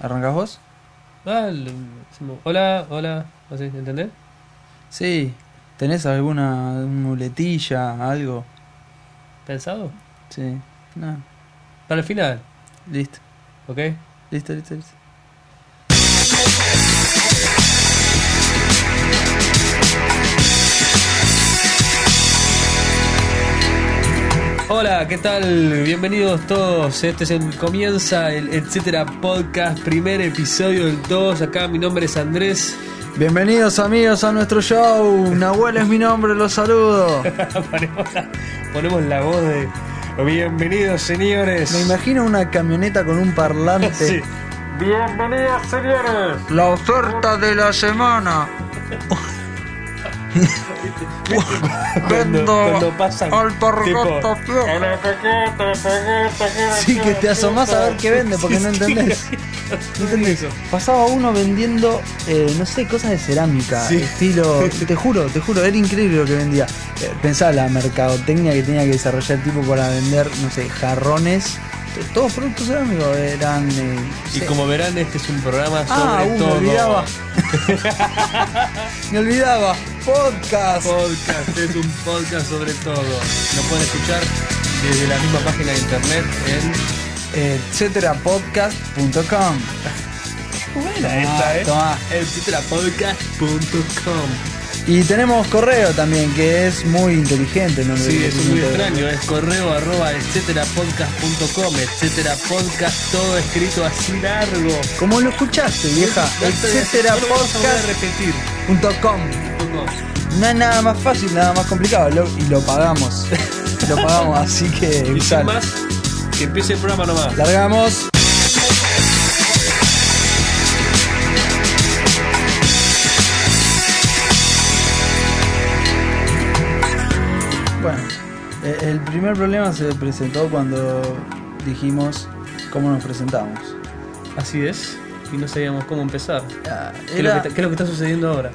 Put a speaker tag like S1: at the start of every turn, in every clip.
S1: ¿Arrancás vos?
S2: Ah, el- hacemos, hola, hola, así, ¿entendés?
S1: Sí. ¿Tenés alguna muletilla, algo?
S2: ¿Pensado?
S1: Sí. No.
S2: Para el final,
S1: Listo.
S2: ¿ok?
S1: Listo, listo, listo.
S2: Hola, ¿qué tal? Bienvenidos todos. Este es el comienza el etcétera podcast, primer episodio del 2. Acá mi nombre es Andrés.
S1: Bienvenidos amigos a nuestro show. Nahuel es mi nombre, los saludo.
S2: ponemos, la, ponemos la voz de Bienvenidos, señores.
S1: Me imagino una camioneta con un parlante.
S2: Sí. Bienvenidos, señores.
S1: La oferta de la semana.
S2: Cuando, cuando pasan tipo,
S1: Sí, que te asomás a ver qué vende porque no entendés. No entendés. Pasaba uno vendiendo, eh, no sé, cosas de cerámica,
S2: Sí.
S1: estilo. Te juro, te juro, era increíble lo que vendía. Eh, pensaba la mercadotecnia que tenía que desarrollar el tipo para vender, no sé, jarrones. Eh, Todos productos cerámicos eran. eh,
S2: Y
S1: sí.
S2: como verán, este es un programa sobre
S1: Ah, uh,
S2: todo.
S1: me olvidaba. me olvidaba. Podcast.
S2: Podcast, es un podcast sobre todo. Lo pueden escuchar desde la misma página de internet en.
S1: Eh, etcéterapodcast.com.
S2: Buena
S1: esta, eh.
S2: El citrapodcast.com.
S1: Y tenemos correo también, que es muy inteligente. ¿no?
S2: Sí, es muy extraño, es correo arroba etcéterapodcast.com, etcétera podcast, todo escrito así largo.
S1: Como lo escuchaste, vieja,
S2: Este No lo vamos a volver a
S1: etcéterapodcast.com.
S2: repetir. Poco.
S1: No es nada más fácil, nada más complicado. lo- y lo pagamos. lo pagamos, así que
S2: Y sin
S1: usalo.
S2: más, que empiece el programa nomás.
S1: Largamos. Bueno, eh, el primer problema se presentó cuando dijimos cómo nos presentamos.
S2: Así es, y no sabíamos cómo empezar.
S1: Ah,
S2: ¿Qué, es lo que
S1: era-
S2: está, qué es lo que está sucediendo ahora?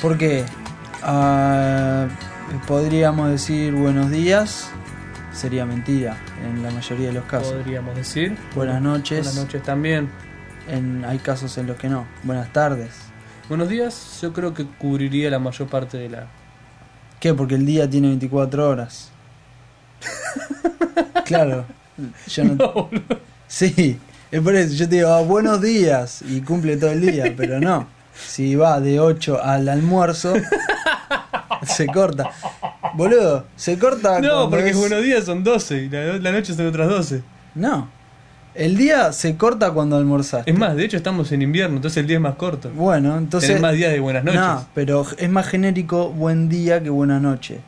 S1: Porque ah, podríamos decir buenos días, sería mentira en la mayoría de los casos.
S2: Podríamos decir.
S1: Buenas noches,
S2: Buenas noches también.
S1: en- hay casos en los que no. Buenas tardes.
S2: Buenos días, yo creo que cubriría la mayor parte de la...
S1: ¿Qué? Porque el día tiene 24 horas. claro. Yo no... Sí, es por eso. Yo te digo, ah, buenos días y cumple todo el día, pero no. Si va de 8 al almuerzo, se corta. Boludo, se corta.
S2: No,
S1: cuando
S2: porque
S1: Ah, es-
S2: buenos días son 12 y la, la noche son otras 12.
S1: No. El día se corta cuando almorzaste.
S2: Es más, de hecho estamos en invierno, entonces el día es más corto.
S1: Bueno,
S2: Tenés
S1: entonces.
S2: más días de buenas noches.
S1: No, pero es más genérico buen día que buena noche.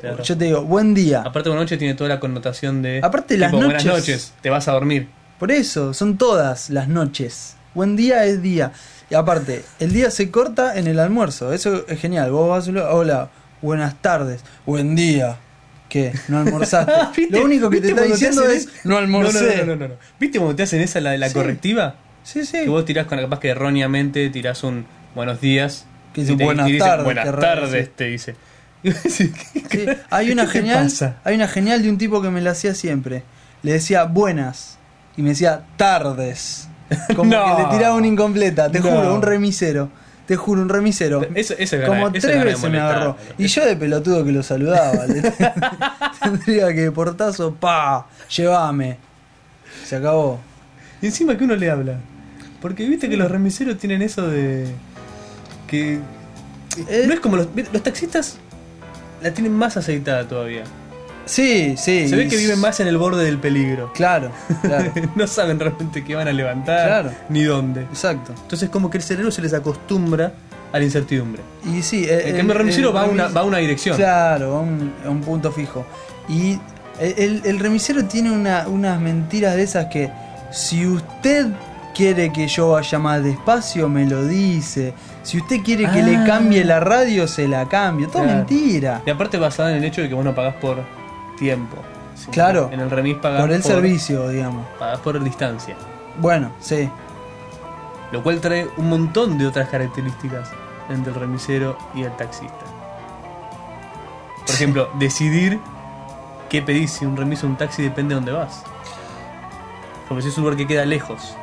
S2: Claro.
S1: Yo te digo, buen día.
S2: Aparte, buenas noches tiene toda la connotación de.
S1: Aparte, las
S2: tipo, Buenas
S1: noches-
S2: noches, te vas a dormir.
S1: Por eso, son todas las noches. Buen día es día. Y aparte, el día se corta en el almuerzo. Eso es genial. Vos vas a un lugar, hola, buenas tardes, buen día. ¿Qué? ¿No almorzaste?
S2: ¿Viste?
S1: Ah, Lo único que te
S2: ¿Viste
S1: está
S2: cuando
S1: diciendo
S2: hacen
S1: es,
S2: eso?
S1: no almorcé.
S2: No, no, no, no, no. ¿Viste cuando te hacen esa, la de la
S1: Sí.
S2: correctiva?
S1: Sí, sí.
S2: Que vos tirás con capaz que erróneamente tirás un buenos días.
S1: Que
S2: y
S1: dice,
S2: te- y
S1: "Buenas
S2: dicen,
S1: tardes", te
S2: Buenas
S1: re-
S2: tardes, te dice.
S1: Sí,
S2: Sí, ¿qué-
S1: Hay
S2: qué
S1: una
S2: te
S1: genial,
S2: pasa?
S1: hay una genial de un tipo que me la hacía siempre. Le decía buenas y me decía tardes. Como
S2: No.
S1: que le tiraba una incompleta, te
S2: No.
S1: juro, un remisero. Te juro, un remisero.
S2: Eso- eso es
S1: Como
S2: ganar- eso es
S1: tres
S2: ganar de
S1: veces me
S2: molestar.
S1: agarró. Y yo de pelotudo que lo saludaba. le tendría que portazo, pa, llévame. Se acabó.
S2: Y encima que uno le habla. Porque viste que los remiseros tienen eso de. que.
S1: Eh.
S2: No es como los. Los taxistas la tienen más aceitada todavía.
S1: Sí, sí.
S2: Se ve
S1: y
S2: que
S1: s-
S2: viven más en el borde del peligro.
S1: Claro, claro.
S2: no saben realmente qué van a levantar
S1: Claro.
S2: ni dónde.
S1: Exacto.
S2: Entonces como que el cerebro se les acostumbra a la incertidumbre.
S1: Y sí,
S2: El cambio remisero va a una,
S1: eh, remis-
S2: va a una dirección.
S1: Claro, a un, a un punto fijo. Y el, el remisero tiene una- unas mentiras de esas que si usted quiere que yo vaya más despacio, me lo dice. Si usted quiere que le
S2: Ah.
S1: cambie la radio, se la cambio. Todo
S2: Claro.
S1: mentira.
S2: Y aparte basada en el hecho de que vos no pagás por tiempo. sino
S1: Claro.
S2: En el remis pagás
S1: Por el servicio, digamos.
S2: Pagás por distancia.
S1: Bueno, sí.
S2: Lo cual trae un montón de otras características entre el remisero y el taxista. Por ejemplo, decidir qué pedís si un remis o un taxi depende de dónde vas. Porque si es un lugar que queda lejos,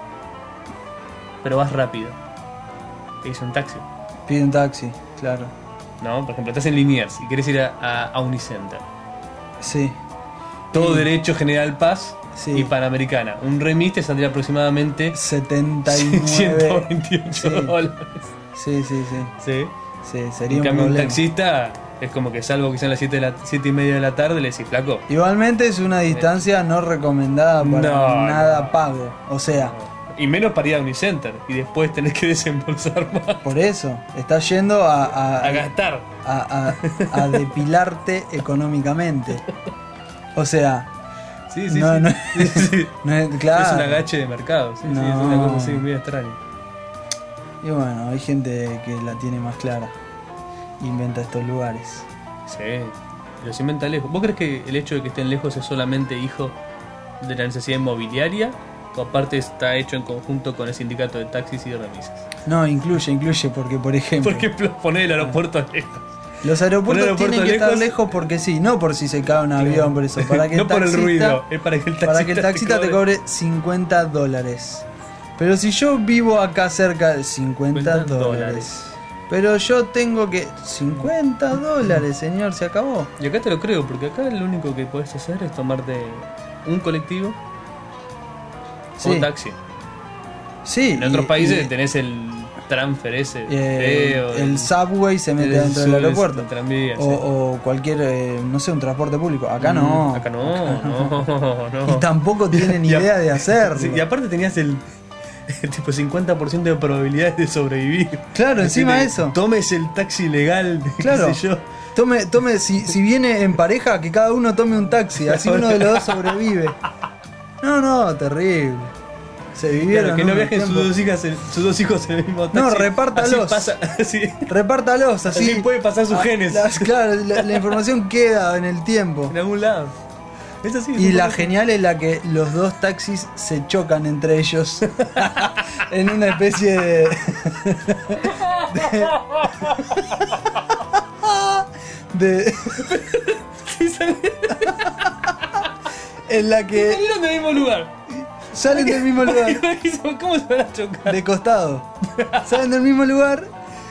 S2: pero vas rápido, es un taxi.
S1: Pide un taxi, claro.
S2: ¿no? Por ejemplo, estás en Liniers y querés ir a, a, a Unicenter.
S1: Sí,
S2: Todo
S1: Sí.
S2: derecho General Paz
S1: Sí.
S2: y Panamericana. Un remis te saldría aproximadamente
S1: 79.
S2: 128
S1: Sí.
S2: dólares.
S1: Sí, sí, sí.
S2: ¿sí?
S1: sí
S2: En
S1: sería un
S2: cambio, un
S1: problema.
S2: taxista es como que salvo que sean las 7 de la, siete y media de la tarde, le decís, flaco,
S1: Igualmente es una distancia no recomendada para
S2: No,
S1: nada
S2: no.
S1: pago. O sea,
S2: Y menos para ir a Unicenter. Y después tenés que desembolsar más.
S1: por eso, estás yendo a, a-
S2: A gastar.
S1: a- a- a depilarte económicamente. O sea,
S2: Sí, sí,
S1: No,
S2: sí.
S1: no.
S2: Sí, sí.
S1: no es, claro.
S2: Es un agache de mercado. Sí, sí, es una
S1: No.
S2: cosa así muy extraña.
S1: Y bueno, hay gente que la tiene más clara. Inventa estos lugares.
S2: Sí. Pero se inventa lejos. ¿Vos crees que el hecho de que estén lejos es solamente hijo de la necesidad inmobiliaria? ¿O aparte está hecho en conjunto con el sindicato de taxis y de remises?
S1: No, incluye, incluye, porque por ejemplo,
S2: Por ejemplo, poner el aeropuerto este. lejos.
S1: los aeropuertos
S2: Poner aeropuerto
S1: tienen que estar
S2: lejos.
S1: lejos porque sí, no por si se cae un avión, por eso, para que el
S2: no por el
S1: taxista-
S2: ruido, es para que el taxista,
S1: para que el taxista te
S2: cobre.
S1: cobre 50 dólares. Pero si yo vivo acá cerca de 50
S2: 50
S1: dólares. Pero yo tengo que... 50 dólares, señor, se acabó.
S2: Y acá te lo creo, porque acá lo único que podés hacer es tomarte un colectivo o
S1: Sí,
S2: un taxi.
S1: sí.
S2: En otros países
S1: y-
S2: tenés el transfer ese.
S1: y el,
S2: feo,
S1: el subway se mete dentro del
S2: subes,
S1: aeropuerto.
S2: el tranvía,
S1: O,
S2: sí.
S1: o cualquier, eh, no sé, un transporte público. Acá
S2: Mm,
S1: no.
S2: Acá no, no, no.
S1: Y tampoco tienen
S2: Y a-
S1: idea de hacerlo.
S2: Sí, y aparte tenías el tipo 50% de probabilidades de sobrevivir.
S1: Claro, encima
S2: Decirle,
S1: eso.
S2: Tomes el taxi legal,
S1: Claro.
S2: qué sé yo.
S1: Tome, tome, si, si viene en pareja, que cada uno tome un taxi, así uno de los dos sobrevive. No, no, terrible. Se vivieron.
S2: Claro, que no
S1: unos
S2: viajen sus
S1: tiempos.
S2: dos, hijas, en- sus dos hijos en el mismo taxi.
S1: No, repártalos.
S2: Así pasa, así-
S1: Repártalos, así.
S2: Así puede pasar sus
S1: Ah,
S2: genes.
S1: la- claro, la, la información queda en el tiempo.
S2: en algún lado. Es así. es
S1: Y
S2: un
S1: la
S2: poco-
S1: genial es la que los dos taxis se chocan entre ellos. en una especie de. de. de-
S2: Sí, sal-
S1: en la que
S2: Salieron del mismo lugar.
S1: salen del mismo lugar.
S2: ¿Cómo se van a chocar?
S1: de costado. Salen del mismo lugar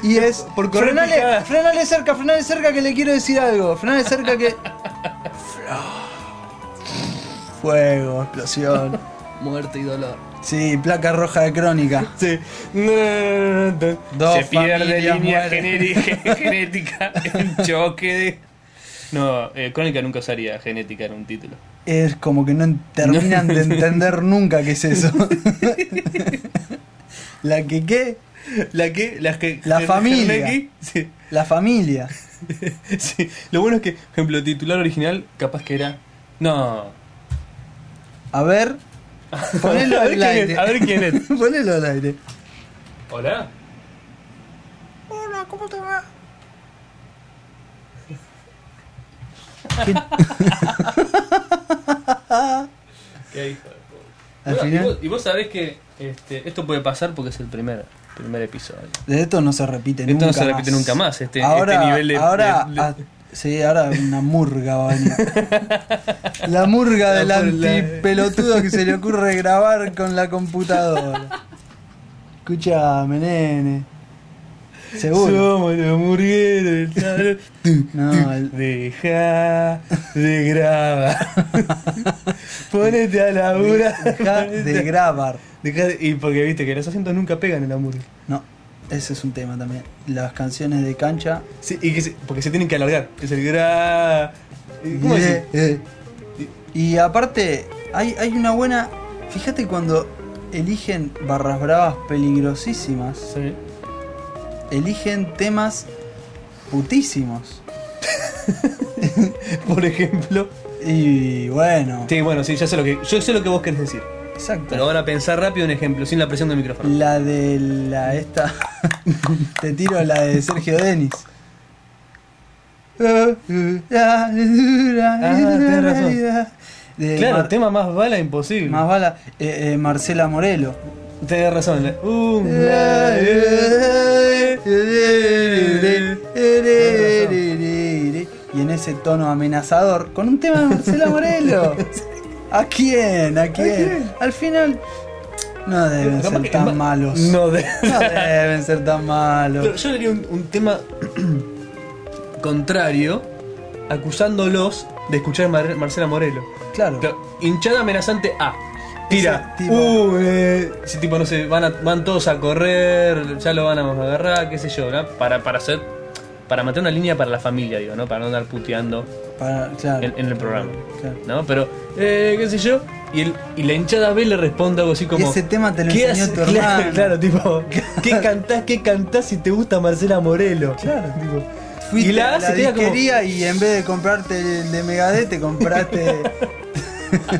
S1: y es.
S2: por correr
S1: frenale,
S2: picada.
S1: frenale cerca, frenale cerca que le quiero decir algo. Frenale cerca que. Fuego, explosión.
S3: Muerte y dolor.
S1: Sí, placa roja de crónica.
S2: Sí. No, no, no, no.
S1: Dos
S2: se pierde
S1: familias
S2: línea
S1: mueren.
S2: genética, genética, el choque de... No, eh, Crónica nunca usaría genética en un título.
S1: Es como que no en- terminan de entender nunca qué es eso. La que qué,
S2: La que... La, que,
S1: La
S2: gen-
S1: familia.
S2: genequi, sí,
S1: la familia.
S2: sí. Lo bueno es que, por ejemplo, titular original capaz que era... No.
S1: A ver, ponelo
S2: a,
S1: al
S2: ver quién
S1: aire.
S2: es, a ver quién es.
S1: Ponelo al aire.
S2: Hola.
S1: Hola, ¿cómo te va?
S2: ¿Qué hijo de puta.
S1: Al
S2: Bueno,
S1: final-
S2: y, vos, y vos sabés que este, esto puede pasar porque es el primer, primer episodio.
S1: De esto no se repite
S2: Esto
S1: nunca
S2: no se repite nunca más, este- este nivel de-
S1: Ahora,
S2: de- de-
S1: ah, sí, ahora una murga va a venir. La murga del
S2: La- la-
S1: antipelotudo que se le ocurre grabar con la computadora. Escuchame, nene. Seguro.
S2: Somos los murgueros. del-
S1: No, el-
S2: Deja de grabar. Ponete a laburar.
S1: Dejá de grabar.
S2: Dejá de- y porque viste que los asientos nunca pegan en la murga.
S1: No, ese es un tema también. Las canciones de cancha.
S2: Sí, y que se- porque se tienen que alargar. Es el gra. ¿Cómo decís?
S1: Eh, eh. Y aparte, hay, hay una buena. Fíjate cuando eligen barras bravas peligrosísimas.
S2: Sí.
S1: eligen temas putísimos.
S2: Por ejemplo.
S1: Y bueno,
S2: Sí, bueno, sí, ya sé lo que. Yo sé lo que vos querés decir.
S1: exacto.
S2: Pero ahora pensar rápido un ejemplo, sin la presión del micrófono.
S1: La de la esta. Te tiro la de Sergio Denis.
S2: Ah, tenés razón.
S1: De
S2: claro,
S1: Eh, Mar-
S2: tema más bala imposible.
S1: más bala, eh, eh, Marcela Morelo.
S2: Tenés razón. la- Uh,
S1: Eh, Y en ese tono amenazador, con un tema de Marcela Morelo. ¿A quién? ¿A quién?
S3: quién?
S1: Al final no deben
S2: Capaz que
S1: ser
S2: es
S1: tan
S2: más-
S1: malos.
S3: No, de...
S1: No deben ser tan
S2: Pero
S1: malos.
S2: yo le haría un, un tema contrario, acusándolos de escuchar Mar- Marcela Morelo.
S1: Claro.
S2: Claro, Hinchada amenazante A. Tira.
S1: Ese tipo.
S2: Uh, eh, ese tipo, no sé, van, a- van todos a correr, ya lo van a agarrar, qué sé yo, ¿no? Para, para hacer. Para mantener una línea para la familia, digo, ¿no? Para no andar puteando,
S1: Para- claro.
S2: En- en el programa.
S1: Claro.
S2: ¿no? Pero, eh, qué sé yo. Y, el, y la hinchada B le responde algo así como.
S1: Y ese tema te lo
S2: ¿qué
S1: enseñó
S2: haces?
S1: tu
S2: claro,
S1: hermano.
S2: claro, tipo, ¿qué cantás, qué cantás si te gusta Marcela Morelo?
S1: Claro.
S2: Tipo,
S1: Fuiste
S2: y la
S1: a
S2: A
S1: la
S2: se queda como.
S1: disquería y en vez de comprarte el de Megadeth, te compraste.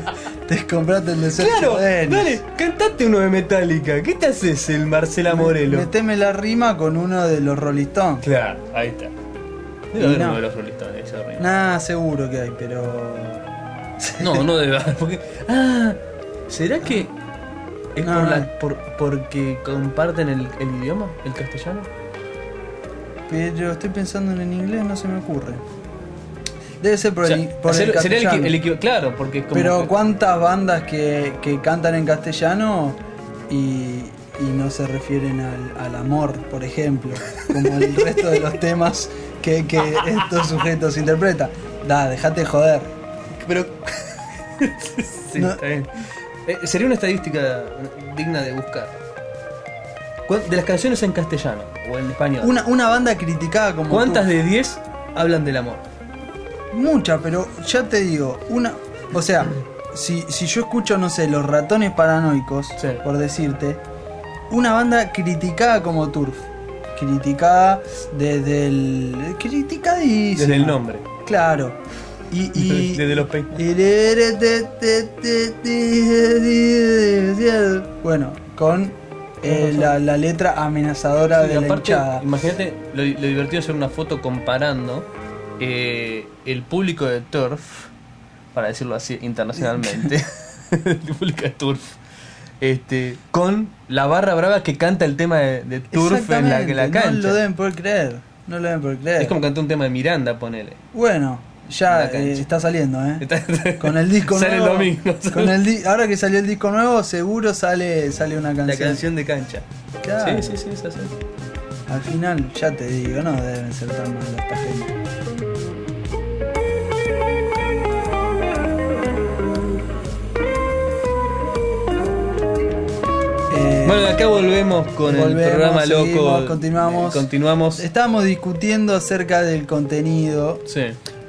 S1: te compraste el de Sergio
S2: Claro,
S1: Denis.
S2: dale, cantate uno de Metallica. ¿Qué te haces el Marcela Morelo?
S1: Meteme la rima con uno de los Rolling Stones.
S2: Claro, ahí está.
S1: Y
S2: Debe haber
S1: no.
S2: uno de los Rolling Stones, ese ritmo.
S1: Nah, seguro que hay, pero.
S2: No, no debe haber. Porque... Ah, ¿será que es
S1: No,
S2: por
S1: no.
S2: la, por, porque comparten el, el idioma, el castellano?
S1: Pero estoy pensando en el inglés, no se me ocurre. Debe ser por,
S2: O sea,
S1: el, por el
S2: ser- sería el,
S1: castellano.
S2: equi- el equi- Claro, porque es como.
S1: Pero
S2: que-
S1: cuántas bandas que, que cantan en castellano y, y no se refieren al, al amor, por ejemplo, como el resto de los temas que, que estos sujetos interpretan. Da, dejate joder.
S2: Pero. sí,
S1: No.
S2: está bien. Eh, sería una estadística digna de buscar. ¿Cuán- De las canciones en castellano o en español,
S1: Una, una banda criticada como
S2: ¿cuántas
S1: tú.
S2: de 10 hablan del amor?
S1: Muchas, pero ya te digo, una... O sea, si, si yo escucho, no sé, Los Ratones Paranoicos,
S2: Sí.
S1: por decirte, una banda criticada como Turf. Criticada desde el... Criticadísima.
S2: Desde el nombre.
S1: Claro. Y, y,
S2: Desde los pe-
S1: y de- de- de- de- de- de- de- de- Bueno, con eh, la, la letra amenazadora
S2: Y
S1: de la
S2: aparte,
S1: hinchada.
S2: imagínate lo, lo divertido es hacer una foto comparando eh, el público de Turf, para decirlo así internacionalmente, el público de Turf, este, con la barra brava que canta el tema de, de Turf en la,
S1: Exactamente,
S2: en la
S1: No
S2: cancha.
S1: lo deben poder creer. No lo deben poder creer.
S2: es como cantar un tema de Miranda, ponele.
S1: Bueno, ya
S2: En la cancha.
S1: eh, está saliendo, ¿eh?
S2: Está-
S1: Con el disco
S2: Sale el
S1: nuevo.
S2: domingo.
S1: Con el di- ahora que salió el disco nuevo, seguro sale, sale una
S2: la
S1: canción. Eh,
S2: canción de cancha.
S1: Claro.
S2: Sí, sí, sí, es así.
S1: Al final, ya te digo, no deben ser tan malos esta gente. Eh,
S2: Bueno, acá volvemos con
S1: volvemos,
S2: el programa
S1: seguimos,
S2: loco.
S1: continuamos. Este
S2: Continuamos.
S1: estábamos discutiendo acerca del contenido,
S2: Sí.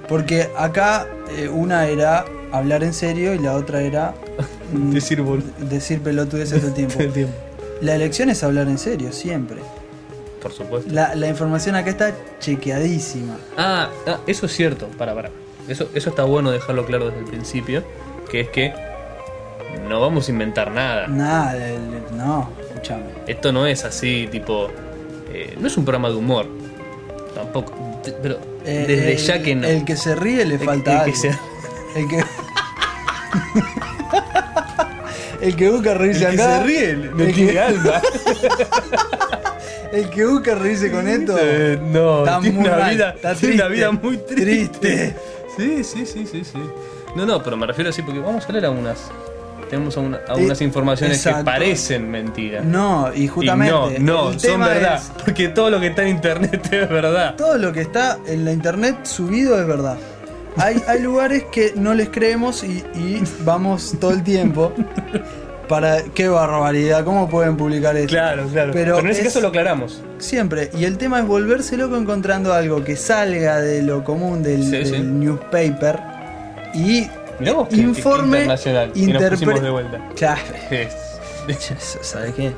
S1: porque acá eh, una era hablar en serio y la otra era mm,
S2: Decir bol-
S1: decir pelotudeces todo el tiempo.
S2: todo el tiempo.
S1: La elección es hablar en serio, siempre.
S2: Por supuesto.
S1: La, la información acá está chequeadísima.
S2: Ah, ah, eso es cierto. Para, para. Eso, eso está bueno dejarlo claro desde el principio. Que es que no vamos a inventar nada.
S1: Nada, el- el- no, escúchame.
S2: Esto no es así, tipo. eh, no es un programa de humor. Tampoco. Te- Pero
S1: Eh,
S2: desde
S1: el-
S2: ya que no.
S1: El que se ríe le
S2: El-
S1: falta
S2: el que
S1: algo. El que. el que busca reírse
S2: El que
S1: acá.
S2: se ríe, no
S1: el,
S2: tiene
S1: que,
S2: alma.
S1: el que busca reírse con esto.
S2: Eh, no,
S1: está
S2: tiene,
S1: muy
S2: una
S1: mal,
S2: vida,
S1: está
S2: tiene una
S1: triste.
S2: vida muy triste.
S1: Triste.
S2: Sí, sí, sí, sí, sí. No, no, pero me refiero así porque vamos a leer algunas. Tenemos alguna- algunas
S1: Eh,
S2: informaciones que
S1: exacto.
S2: parecen mentiras.
S1: No, y
S2: Y
S1: justamente.
S2: no, no,
S1: el
S2: son
S1: tema
S2: verdad.
S1: es,
S2: Porque todo lo que está en internet es verdad.
S1: todo lo que está en la internet subido es verdad. Hay, hay lugares que no les creemos y, y vamos todo el tiempo. Para, qué barbaridad, ¿cómo pueden publicar esto?
S2: Claro, claro. Pero,
S1: Pero
S2: en ese
S1: es-
S2: caso lo aclaramos.
S1: Siempre. Y el tema es volverse loco encontrando algo que salga de lo común del,
S2: Sí,
S1: del
S2: sí.
S1: newspaper y.
S2: Mirá vos que- que- que
S1: Informe
S2: internacional. Y nos
S1: interpre-
S2: pusimos de vuelta.
S1: Claro,
S2: Es-
S1: ¿sabes qué?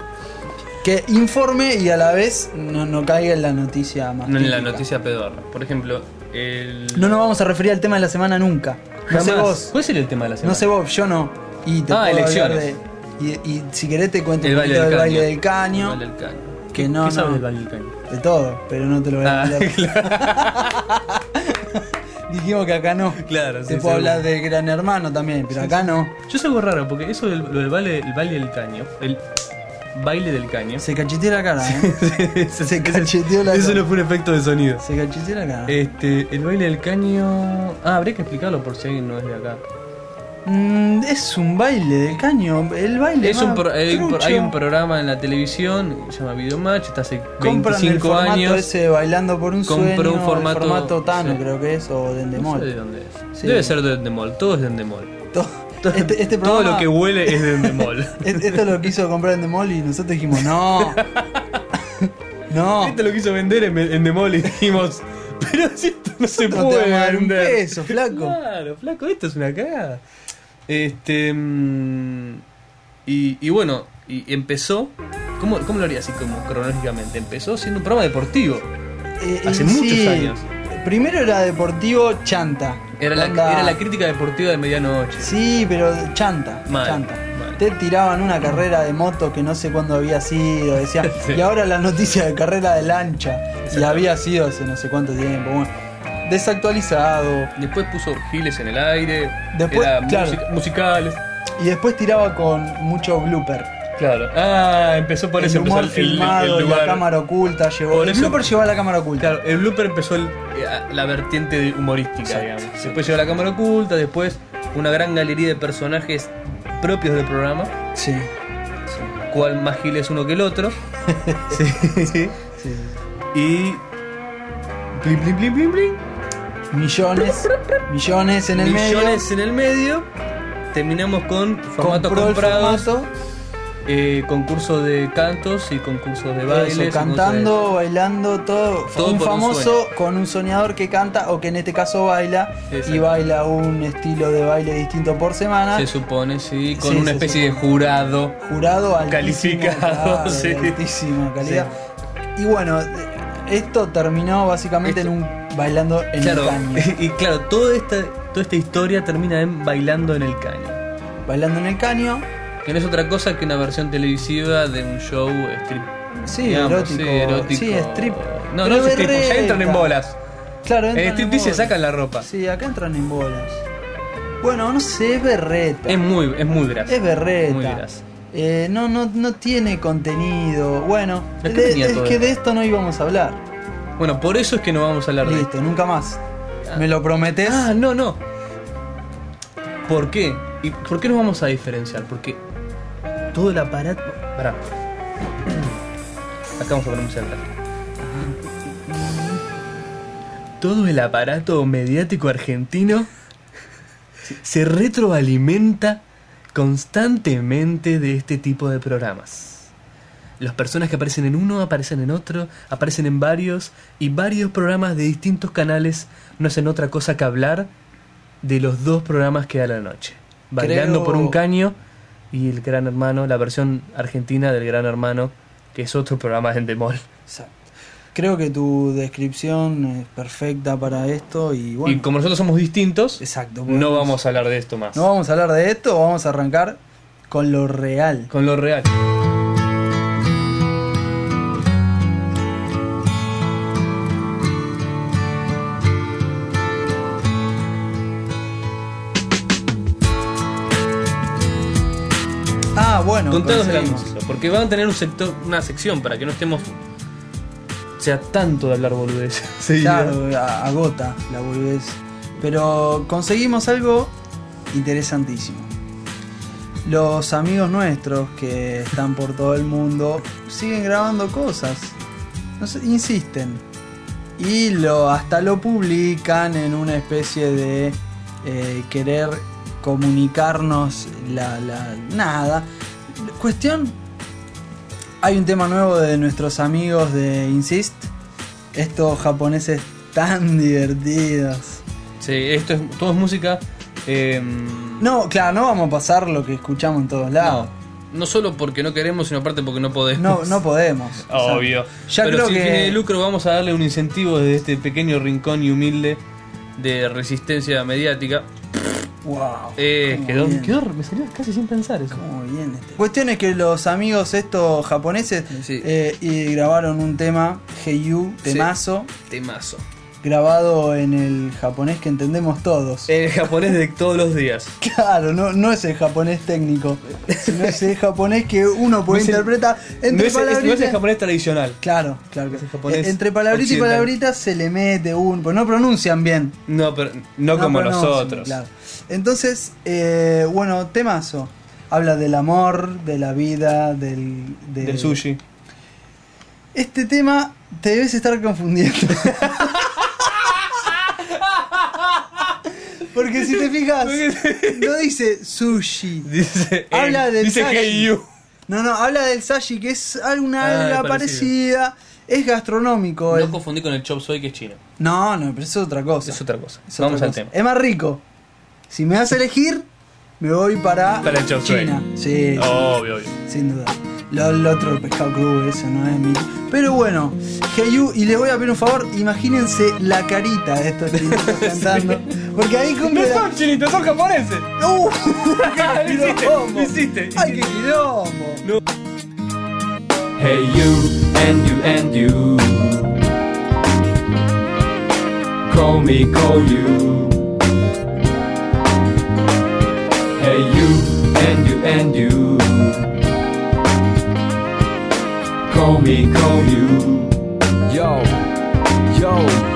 S1: Que informe y a la vez no, no caiga en la noticia más.
S2: No en la
S1: típica.
S2: noticia pedorra. Por ejemplo, el.
S1: No nos vamos a referir al tema de la semana nunca. No
S2: Jamás.
S1: sé vos.
S2: ¿Cuál sería el tema de la semana?
S1: No sé vos, yo no. Y te
S2: Ah,
S1: puedo hablar
S2: elecciones.
S1: de- Y, y si querés te cuento
S2: El
S1: un
S2: baile
S1: poquito
S2: del
S1: del
S2: caño.
S1: baile del caño,
S2: Vale el caño.
S1: Que no,
S2: ¿Qué sabes
S1: no.
S2: del Vale el caño?
S1: de todo, pero no te lo voy a
S2: Ah,
S1: hablar. Dijimos que acá no.
S2: Claro, sí,
S1: Te puedo
S2: seguro.
S1: hablar de Gran Hermano también, pero acá no.
S2: Yo sé algo raro, porque eso del lo del baile, el baile del caño, el baile del caño.
S1: Se cacheteó la cara, ¿eh?
S2: Eso-
S1: Se
S2: eso-
S1: cacheteó la
S2: Eso
S1: cara.
S2: no Eh. fue un efecto de sonido.
S1: Se cacheteó la cara.
S2: Este, el baile del caño. Ah, habría que explicarlo por si alguien no es de acá.
S1: Mm, es un baile de caño. El baile
S2: Es un
S1: más
S2: pro- hay, un pro- hay
S1: trucho.
S2: un programa en la televisión que se llama Videomatch, está hace
S1: Compran el
S2: 25
S1: formato
S2: años.
S1: ese de bailando por un
S2: Compró un
S1: sueño. el
S2: formato-
S1: formato Tano,
S2: sí.
S1: creo que es, o de
S2: No sé de
S1: Endemol.
S2: dónde es.
S1: Sí.
S2: Debe ser de Endemol, todo es de Endemol.
S1: To-
S2: Todo,
S1: Este, este
S2: todo
S1: programa,
S2: lo que huele es de Endemol.
S1: es- Esto lo quiso comprar Endemol y nosotros dijimos, no. no.
S2: Este lo quiso vender en, en Endemol y dijimos, pero si esto no se
S1: No te
S2: puede
S1: vamos a dar un
S2: vender.
S1: peso, flaco.
S2: Claro, flaco, esto es una cagada. Este. mm, Y, y bueno, y empezó. ¿Cómo, cómo lo haría así como cronológicamente? Empezó siendo un programa deportivo.
S1: Eh,
S2: Hace
S1: eh,
S2: muchos
S1: sí.
S2: años.
S1: Primero era Deportivo Chanta.
S2: Era la,
S1: Onda-
S2: era la crítica deportiva de medianoche.
S1: Sí, pero chanta,
S2: Mal,
S1: chanta.
S2: mal.
S1: Te tiraban una carrera de moto que no sé cuándo había sido, decía,
S2: Sí.
S1: y ahora la noticia de carrera de lancha, y había sido hace no sé cuánto tiempo. Bueno, desactualizado.
S2: Después puso Giles en el aire.
S1: Después,
S2: era
S1: claro.
S2: music- musicales.
S1: Y después tiraba con mucho blooper.
S2: Claro. Ah, empezó por
S1: el
S2: eso. empezó
S1: humor filmado,
S2: el
S1: la
S2: lugar.
S1: cámara oculta llevó.
S2: Por
S1: El
S2: eso-
S1: blooper llevaba la cámara oculta.
S2: Claro, el blooper empezó el- eh, la vertiente de- humorística,
S1: Exacto,
S2: digamos.
S1: exacto.
S2: Después llegó la cámara oculta, después una gran galería de personajes propios del programa,
S1: Sí,
S2: cual más gil es uno que el otro. sí.
S1: sí.
S2: Y. Blin, blin, blin, blin, blin.
S1: Millones, millones en el medio.
S2: Millones en el medio. Terminamos con formatos
S1: Compró el
S2: comprados,
S1: formato,
S2: eh, concursos de cantos y concursos de bailes.
S1: Eso,
S2: y cosas de
S1: cantando, bailando, todo.
S2: Todo
S1: un
S2: por un
S1: famoso con un soñador que canta o que en este caso baila
S2: Exacto.
S1: y baila un estilo de baile distinto por semana.
S2: Se supone, sí, con
S1: Sí, se
S2: una especie de jurado.
S1: Jurado altísimo,
S2: Calificado,
S1: claro,
S2: sí.
S1: de altísima calidad. Y bueno, esto terminó básicamente
S2: Esto-
S1: en un bailando en
S2: Claro,
S1: el caño.
S2: y claro, toda esta, toda esta historia termina en Bailando en el Caño.
S1: Bailando en el caño,
S2: Que no es otra cosa que una versión televisiva de un show strip.
S1: sí,
S2: digamos,
S1: erótico,
S2: sí, erótico.
S1: sí, strip.
S2: No,
S1: Pero
S2: no es
S1: de
S2: strip, ya entran en
S1: reta.
S2: bolas.
S1: Claro,
S2: En
S1: entran
S2: strip se
S1: bolas.
S2: sacan la ropa.
S1: Sí, acá entran en bolas. Bueno, no sé, es berreta.
S2: Es muy, es muy grasa.
S1: Es berreta.
S2: Muy grasa.
S1: Eh, no, no, no tiene contenido. Bueno,
S2: ¿De qué
S1: de-
S2: tenía
S1: es
S2: todo
S1: que
S2: esto?
S1: de esto no íbamos a hablar.
S2: Bueno, por eso es que no vamos a hablar de esto.
S1: Listo, nunca más. ¿Me lo prometes?
S2: Ah, no, no. ¿Por qué? ¿Y por qué nos vamos a diferenciar? Porque todo el aparato. Pará. Acá vamos a poner un celular. Todo el aparato mediático argentino se retroalimenta constantemente de este tipo de programas. Las personas que aparecen en uno, aparecen en otro, aparecen en varios, y varios programas de distintos canales no hacen otra cosa que hablar de los dos programas que da la noche. Bailando
S1: Creo-
S2: por un caño y el Gran Hermano, la versión argentina del Gran Hermano, que es otro programa en Demol.
S1: Exacto. Creo que tu descripción es perfecta para esto y bueno.
S2: Y como nosotros somos distintos,
S1: exacto.
S2: no
S1: podemos-
S2: vamos a hablar de esto más.
S1: no vamos a hablar de esto, vamos a arrancar con lo real.
S2: Con lo real.
S1: Ah, bueno.
S2: Contanos de la
S1: conseguimos.
S2: música, porque van a tener un sector, una sección para que no estemos. sea tanto de hablar boludez.
S1: Claro, a- agota la boludez. Pero conseguimos algo interesantísimo. Los amigos nuestros que están por todo el mundo siguen grabando cosas. No sé, insisten. Y lo, hasta lo publican en una especie de eh, querer comunicarnos la, la- nada. Cuestión, hay un tema nuevo de nuestros amigos de Insist. Estos japoneses tan divertidos.
S2: Sí, esto es, todo es música. eh,
S1: No, claro, no vamos a pasar lo que escuchamos en todos
S2: no,
S1: lados.
S2: no solo porque no queremos, sino aparte porque no
S1: No,
S2: podemos.
S1: no, podemos. O sea,
S2: Obvio.
S1: ya
S2: Pero
S1: creo
S2: sin
S1: que-
S2: fines de lucro vamos a darle un incentivo desde este pequeño rincón y humilde de resistencia mediática.
S1: wow.
S2: Eh,
S1: cómo
S2: quedó,
S1: bien,
S2: quedó- me salió casi sin pensar eso.
S1: cómo bien este. Cuestión es que los amigos estos japoneses
S2: Sí.
S1: eh, y grabaron un tema, Hey You,
S2: Sí.
S1: temazo.
S2: Temazo.
S1: grabado en el japonés que entendemos todos.
S2: El japonés de todos los días.
S1: Claro, no, no es el japonés técnico, sino es el japonés que uno puede
S2: No es el-
S1: interpretar
S2: No
S1: entre
S2: es, es- no es el
S1: palabritas.
S2: japonés tradicional.
S1: Claro, claro que
S2: Es el japonés
S1: Eh, Entre palabrita y
S2: occidental.
S1: palabrita se le mete un, pues no pronuncian bien.
S2: No, pero no, como
S1: pronuncian,
S2: nosotros.
S1: claro. Entonces, eh, bueno, temazo. Habla del amor, de la vida, del, de-
S2: Del sushi.
S1: Este tema te debes estar confundiendo. Porque si te fijas, no dice sushi.
S2: Dice,
S1: Habla
S2: él,
S1: del
S2: dice
S1: sashi.
S2: hey you.
S1: No, no, habla del sashi, que es alguna
S2: Ah,
S1: alga
S2: parecido.
S1: parecida. Es gastronómico. el-
S2: No confundí con el chop soy que es chino.
S1: No, no, pero eso es otra cosa.
S2: Es otra cosa.
S1: Es otra
S2: Vamos al
S1: cosa.
S2: tema.
S1: Es más rico. Si me das a elegir, me voy para,
S2: Para el Oh. chop suey.
S1: China. Eh, Sí,
S2: Obvio, obvio.
S1: sin duda. Lo, lo otro el pescado crudo, eso no es mi. Pero bueno, Heyu, y les voy a pedir un favor, imagínense la carita de estos chinitos cantando. Porque ahí
S2: No
S1: cumple. la-
S2: son chinitos, son japoneses.
S1: ¡Uh! ¡Qué
S2: Lo hiciste,
S1: quilombo!
S2: lo hiciste.
S1: ¡Ay, qué quilombo!
S4: Hey you and you and you Call me call you Hey you and you and you Call me call you
S5: よ o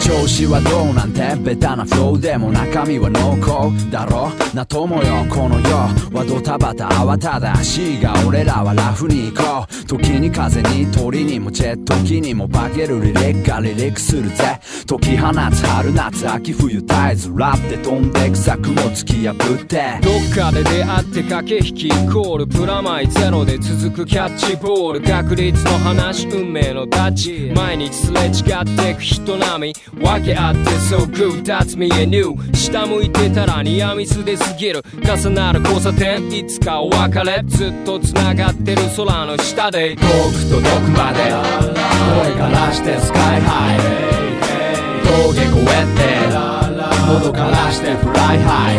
S5: 調子はどうなんてベタなフローでも中身は濃厚だろなともよこの世はドタバタ慌ただしいが俺らはラフに行こう時に風に鳥にもジェット機にも化けるリレッカリレックするぜ解き放つ春夏秋冬絶えずラって飛んでく作も突き破って
S4: どっかで出会って駆け引きイコールプラマイゼロで続くキャッチボール確率の話運命のダッチ毎日すれ違ってく人並み訳あって So good that's me and you 下向いてたらニアミスで過ぎる重なる交差点いつかお別れずっと繋がってる空の下で遠くと遠くまで声からしてスカイハイ峠越えて喉からしてフライハイ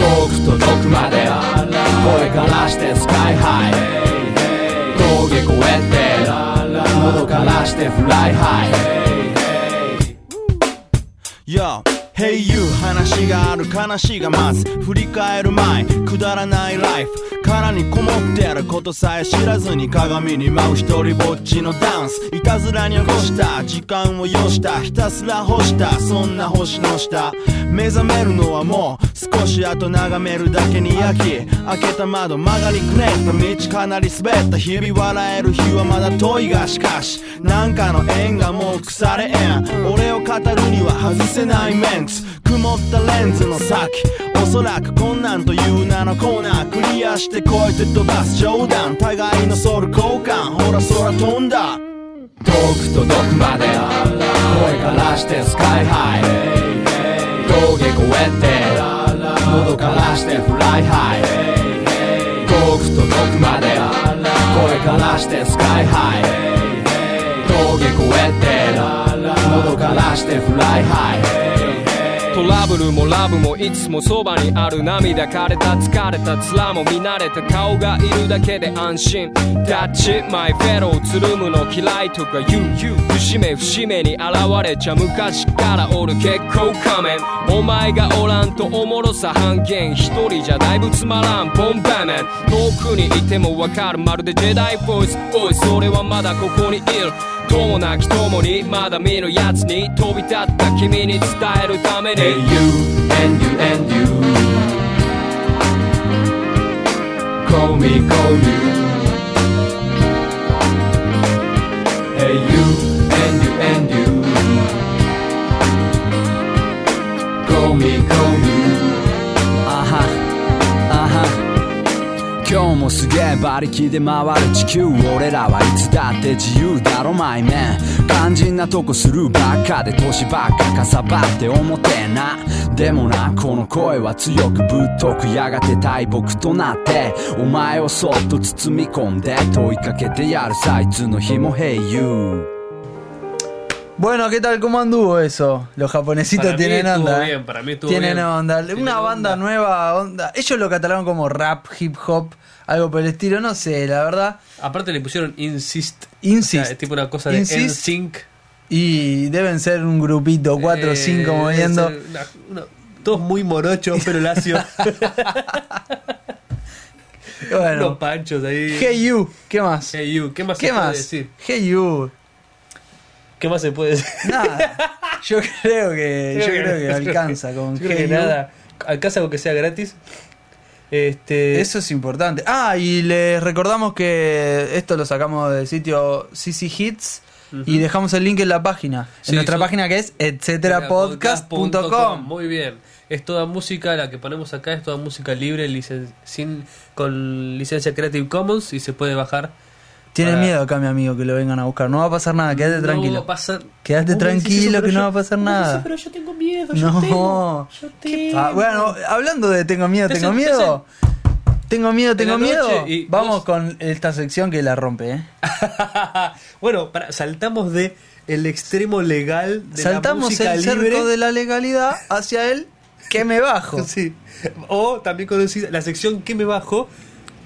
S4: 遠くと遠くまで声からしてスカイハイ峠越えて喉からしてフライハイ
S6: Yo, Hey you 話がある話がまず振り返る前くだらないライフ殻にこもってあることさえ知らずに鏡に舞う一人ぼっちのダンスいたずらに起こした時間を要したひたすら干したそんな星の下目覚めるのはもう少し後眺めるだけに焼き開けた窓曲がりくねった道かなり滑った日々笑える日はまだ遠いがしかしなんかの縁がもう腐れ縁俺を語るには外せないメンツ曇ったレンズの先おそらくこんなんという名のコーナークリアして越えて飛ばす冗談互いのソウル交換ほら空飛んだ
S4: 遠くと遠くまで声からしてスカイハイ峠越えて喉からしてフライハイ遠くと遠くまで声からしてスカイハイ峠越えて喉からしてフライハイ
S5: トラブルもラブもいつもそばにある涙枯れた疲れた面も見慣れた顔がいるだけで安心 That's it my fellow つるむの嫌いとか言う節目節目に現れちゃ昔からおる結構仮面お前がおらんとおもろさ半減一人じゃだいぶつまらんボンバーメン遠くにいてもわかるまるでジェダイボイスおいそれはまだここにいる友なき友にまだ見ぬやつに飛び立った君に伝えるために
S4: Hey you and you and you Call me call you Hey you and you and you Call me call you
S5: あはあは今日もすげえ馬力で回る地球俺らはいつだって自由だろマイメン肝心なとこスルーばっかで年ばっかかさばって思ってえなでもなこの声は強くぶっとくやがて大木となってお前をそっと包み込んで問いかけてやるさいつの日も Hey you
S1: Bueno, ¿qué tal? ¿Cómo anduvo eso? Los japonesitos
S2: Para mí
S1: tienen
S2: estuvo
S1: onda.
S2: bien,
S1: ¿eh?
S2: para mí estuvo
S1: tienen
S2: bien.
S1: onda.
S2: Tienen
S1: Una banda
S2: onda.
S1: nueva, onda. Ellos lo catalogan como rap, hip hop, algo por el estilo, no sé, la verdad.
S2: Aparte le pusieron insist.
S1: Insist.
S2: O sea, es tipo una cosa de
S1: Insist.
S2: sync.
S1: Y deben ser un grupito, cuatro o
S2: Eh,
S1: cinco
S2: debe
S1: moviendo.
S2: ser una- una- todos muy morochos, pero lacios. Unos
S1: Bueno,
S2: panchos ahí.
S1: Hey You, ¿qué más?
S2: Hey you, ¿Qué más
S1: ¿Qué
S2: se puede
S1: más?
S2: decir?
S1: Hey You,
S2: ¿Qué más se puede decir?
S1: nada. Yo creo que, yo
S2: Creo que-
S1: creo que alcanza con
S2: Yo creo que
S1: Hey You.
S2: nada. Alcanza con que sea gratis. Este,
S1: Eso es importante. Ah, y les recordamos que esto lo sacamos del sitio CC Hits y dejamos el link en la página.
S3: Sí,
S1: en nuestra
S3: son-
S1: página que es etcéterapodcast.com.
S2: Muy bien. Es toda música, la que ponemos acá es toda música libre, licen- sin, con licencia Creative Commons y se puede bajar.
S1: Tiene
S2: Para-
S1: miedo acá mi amigo que lo vengan a buscar. No va a pasar nada, quédate
S2: No va
S1: tranquilo.
S2: a pasar-
S1: Quédate
S2: Vos me decís
S1: tranquilo
S2: pero
S1: que no
S2: yo-
S1: va a pasar
S2: vos me decís,
S1: nada.
S2: pero yo tengo miedo,
S1: No.
S2: yo tengo. Yo tengo.
S1: Ah, bueno, hablando de tengo miedo,
S2: Te
S1: tengo
S2: sen- te
S1: miedo. Tengo miedo, tengo
S2: En la noche
S1: miedo.
S2: y
S1: Vamos
S2: vos-
S1: con esta sección que la rompe, ¿eh?
S2: bueno, para, saltamos de el extremo legal de la
S1: Saltamos
S2: música
S1: el cerco
S2: libre.
S1: de la legalidad hacia el que me bajo.
S2: Sí. O también conocida la sección que me bajo.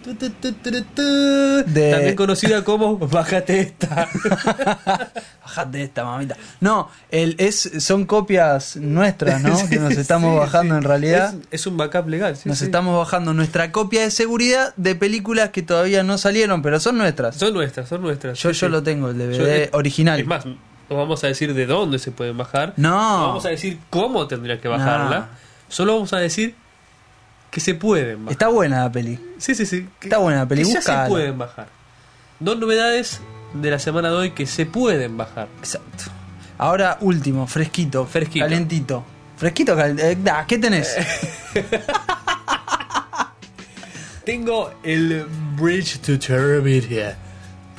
S2: Tu, tu, tu, tu, tu, tu.
S1: De-
S2: También conocida como Bájate esta.
S1: Bajate esta, mamita. No, el es, son copias nuestras, ¿no? Que nos estamos
S2: Sí,
S1: bajando
S2: sí.
S1: en realidad.
S2: Es, es un backup legal. sí,
S1: nos
S2: sí.
S1: estamos bajando nuestra copia de seguridad de películas que todavía no salieron, pero son nuestras.
S2: Son nuestras, son nuestras.
S1: Yo,
S2: sí,
S1: yo
S2: sí.
S1: lo tengo, el
S2: Yo-
S1: DVD
S2: es-
S1: original.
S2: Es más, no vamos a decir de dónde se pueden bajar.
S1: No.
S2: Vamos a decir cómo tendría que bajarla.
S1: No.
S2: Solo vamos a decir que se pueden bajar.
S1: Está buena la peli.
S2: Sí, sí, sí. Que-
S1: Está buena la peli,
S2: que ya
S1: búscala.
S2: se pueden bajar. Dos novedades de la semana de hoy que se pueden bajar.
S1: Exacto. Ahora último, fresquito,
S2: Fresquito. Eh.
S1: calentito. Fresquito, calentito. ¿Qué tenés?
S2: Tengo el Bridge to Terabithia.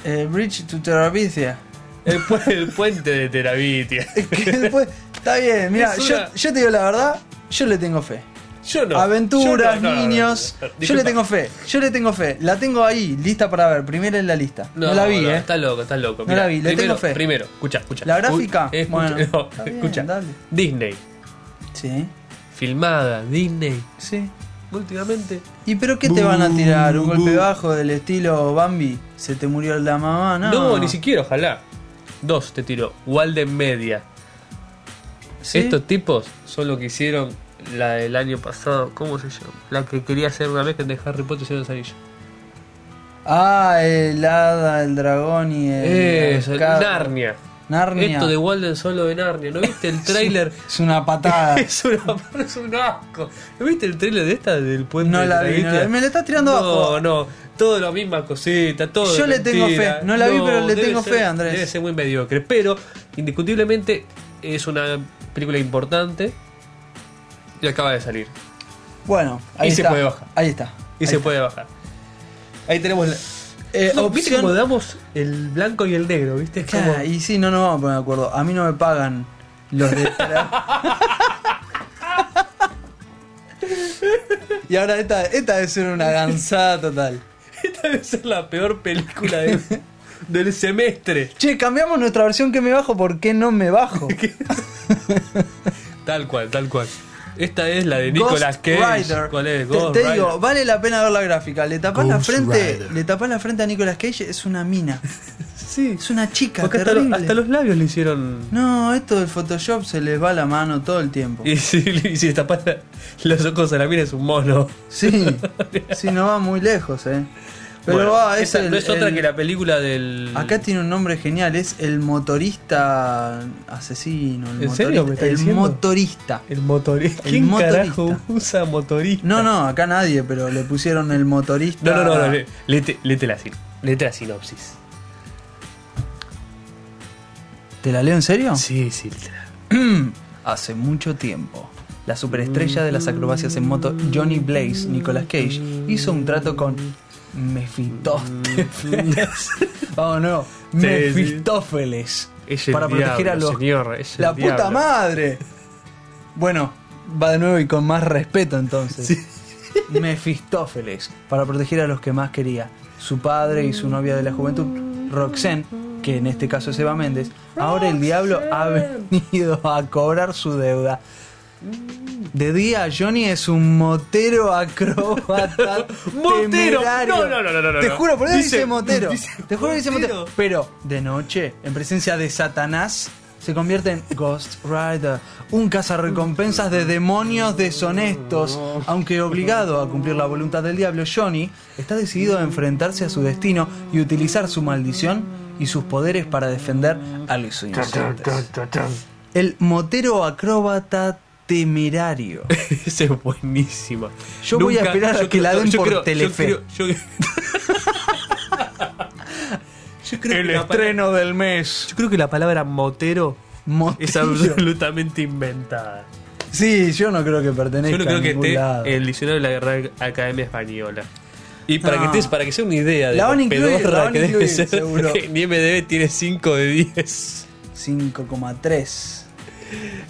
S1: Eh, Bridge to Terabithia.
S2: El, pu- el puente de Terabithia.
S1: Que después- está bien, mira,
S2: Es
S1: yo,
S2: una-
S1: yo te digo la verdad, yo le tengo fe.
S2: Yo no.
S1: Aventuras,
S2: Yo no, no, no, no, no.
S1: niños. Yo le
S2: Disculpa.
S1: tengo fe, yo le tengo fe. La tengo ahí, lista para ver. Primera en la lista. No, la vi,
S2: no,
S1: eh.
S2: Está loco, está loco.
S1: No la vi, le
S2: primero,
S1: tengo fe.
S2: Primero, escucha, escucha.
S1: La gráfica,
S2: Escucha,
S1: bueno,
S2: no,
S1: está bien,
S2: escucha.
S1: dale.
S2: Disney,
S1: Sí,
S2: filmada, Disney.
S1: sí.
S2: Últimamente.
S1: ¿Y pero qué te van a tirar? ¿Un golpe bajo del estilo Bambi? ¿Se te murió la mamá? No,
S2: No, ni siquiera, ojalá. Dos te tiró. Walden Media.
S1: ¿Sí?
S2: Estos tipos son lo que hicieron la del año pasado. ¿Cómo se llama? La que quería hacer una vez que de Harry Potter y los anillos.
S1: Ah, el hada, el dragón y el.
S2: Eso,
S1: el carro.
S2: Narnia.
S1: Eh, Narnia.
S2: Esto de Walden solo de Narnia. ¿No viste el tráiler?
S1: Es una patada.
S2: Es, una- es un asco. ¿No viste el trailer de esta del puente?
S1: No
S2: de
S1: la vi, no la
S2: Travitia?
S1: vi. Me la estás tirando
S2: no,
S1: abajo.
S2: No, Todo la misma cosita, todo.
S1: Yo
S2: de
S1: le tengo
S2: mentira.
S1: fe. No la vi, pero le
S2: debe
S1: tengo
S2: ser-
S1: fe, Andrés.
S2: Debe ser muy mediocre. Pero, indiscutiblemente, es una película importante. Y acaba de salir.
S1: Bueno, ahí
S2: Y se
S1: está.
S2: puede bajar.
S1: Ahí está.
S2: Y
S1: Ahí
S2: se
S1: está.
S2: puede bajar. Ahí tenemos la.
S1: Eh,
S2: No, ¿Viste
S1: opción.
S2: cómo damos el blanco y el negro? ¿Viste? Es como-
S1: Claro, y sí, no nos vamos a poner de acuerdo. A mí no me pagan los de. y ahora esta, esta debe ser una gansada total.
S2: Esta debe ser la peor película de- del semestre.
S1: Che, cambiamos nuestra versión que me bajo, ¿por qué no me bajo?
S2: Tal cual, tal cual. Esta es la de Nicolas
S1: Ghost
S2: Cage.
S1: Rider.
S2: ¿Cuál es?
S1: Te-
S2: Ghost
S1: te
S2: Rider.
S1: digo, vale la pena ver la gráfica. Le tapás la
S6: Ghost
S1: frente,
S6: Rider.
S1: le tapás la frente a Nicolas Cage, es una mina.
S2: Sí.
S1: Es una chica
S2: Porque hasta,
S1: terrible.
S2: los- hasta los labios le hicieron.
S1: No, esto del Photoshop se les va la mano todo el tiempo.
S2: Y si, y si le tapas la- los ojos a la mina es un mono.
S1: Sí, sí, no va muy lejos, eh. Pero
S2: Bueno,
S1: va, es,
S2: esa
S1: el-
S2: no es otra
S1: el-
S2: que la película del.
S1: Acá tiene un nombre genial, es el motorista asesino. El
S2: ¿En serio
S1: motorista-
S2: me está
S1: El
S2: diciendo?
S1: motorista.
S2: El motorista.
S1: el
S2: ¿Quién
S1: motorista.
S2: carajo usa motorista?
S1: No, Ah. no, acá nadie, pero le pusieron el motorista.
S2: No, no, no, no, le- Lete, lete la, sin- lete la sinopsis.
S1: ¿Te la leo en serio?
S2: Sí, sí, lete la-
S1: Hace mucho tiempo, la superestrella de las acrobacias en moto Johnny Blaze, Nicolas Cage, hizo un trato con Mefistófeles. Vamos, no, Mefistófeles.
S2: Es el
S1: Para proteger a
S2: diablo,
S1: los.
S2: señor, es el
S1: ¡La puta
S2: diablo.
S1: madre! Bueno, va de nuevo y con más respeto entonces. Mefistófeles, para proteger a los que más quería, su padre y su novia de la juventud, Roxanne, que en este caso es Eva Méndez, ahora el diablo ha venido a cobrar su deuda. De día Johnny es un motero acróbata
S2: Motero.
S1: temerario.
S2: No, no, no, no, no, no.
S1: Te juro, por eso dice,
S2: Dice-
S1: motero.
S2: dice
S1: Te juro que dice motero.
S2: motero.
S1: Pero de noche, en presencia de Satanás, se convierte en Ghost Rider, un cazarrecompensas de demonios deshonestos. Aunque obligado a cumplir la voluntad del diablo, Johnny está decidido a enfrentarse a su destino y utilizar su maldición y sus poderes para defender a los inocentes. El motero acróbata temerario.
S2: Esa es buenísima.
S1: Yo voy a esperar a
S2: yo
S1: que la den
S2: yo
S1: por
S2: creo-
S1: Telefe.
S2: Yo creo, yo- Yo creo que la pala-
S1: del mes.
S2: yo creo que la palabra motero es
S1: Motero.
S2: absolutamente inventada.
S1: Sí, yo no creo que pertenezca
S2: Yo no creo
S1: a
S2: que
S1: ningún
S2: esté
S1: lado.
S2: en el diccionario de la Real Academia Española. Y para,
S1: No.
S2: que, te, para que sea una idea de
S1: La
S2: lo
S1: van a incluir,
S2: pedorra
S1: la van a
S2: que debe
S1: incluir,
S2: ser,
S1: seguro.
S2: en IMDB tiene 5 de 10.
S1: 5,3.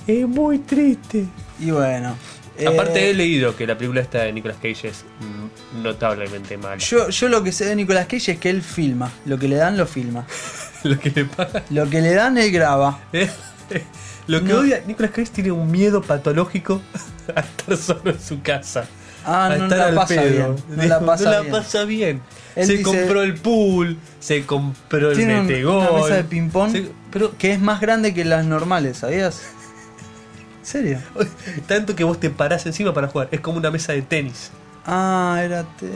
S2: Es muy triste.
S1: Y bueno. eh,
S2: Aparte he leído que la película esta de Nicolas Cage es mm, notablemente mala.
S1: Yo, yo lo que sé de Nicolas Cage es que él filma. Lo que le dan, lo filma.
S2: lo que le pasa
S1: Lo que le dan, él graba.
S2: es... Lo que
S1: No.
S2: odia, Nicolas Cage tiene un miedo patológico a estar solo en su casa.
S1: Ah,
S2: a
S1: no
S2: estar
S1: la
S2: al
S1: pasa bien, no la pasa bien.
S2: pasa bien.
S1: Él
S2: se
S1: dice-
S2: compró el pool, se compró el
S1: Tiene un-
S2: metegol.
S1: una mesa de ping-pong
S2: se- pero
S1: que es más grande que las normales, ¿sabías? ¿En serio?
S2: Tanto que vos te parás encima para jugar. Es como una mesa de tenis.
S1: Ah, era te...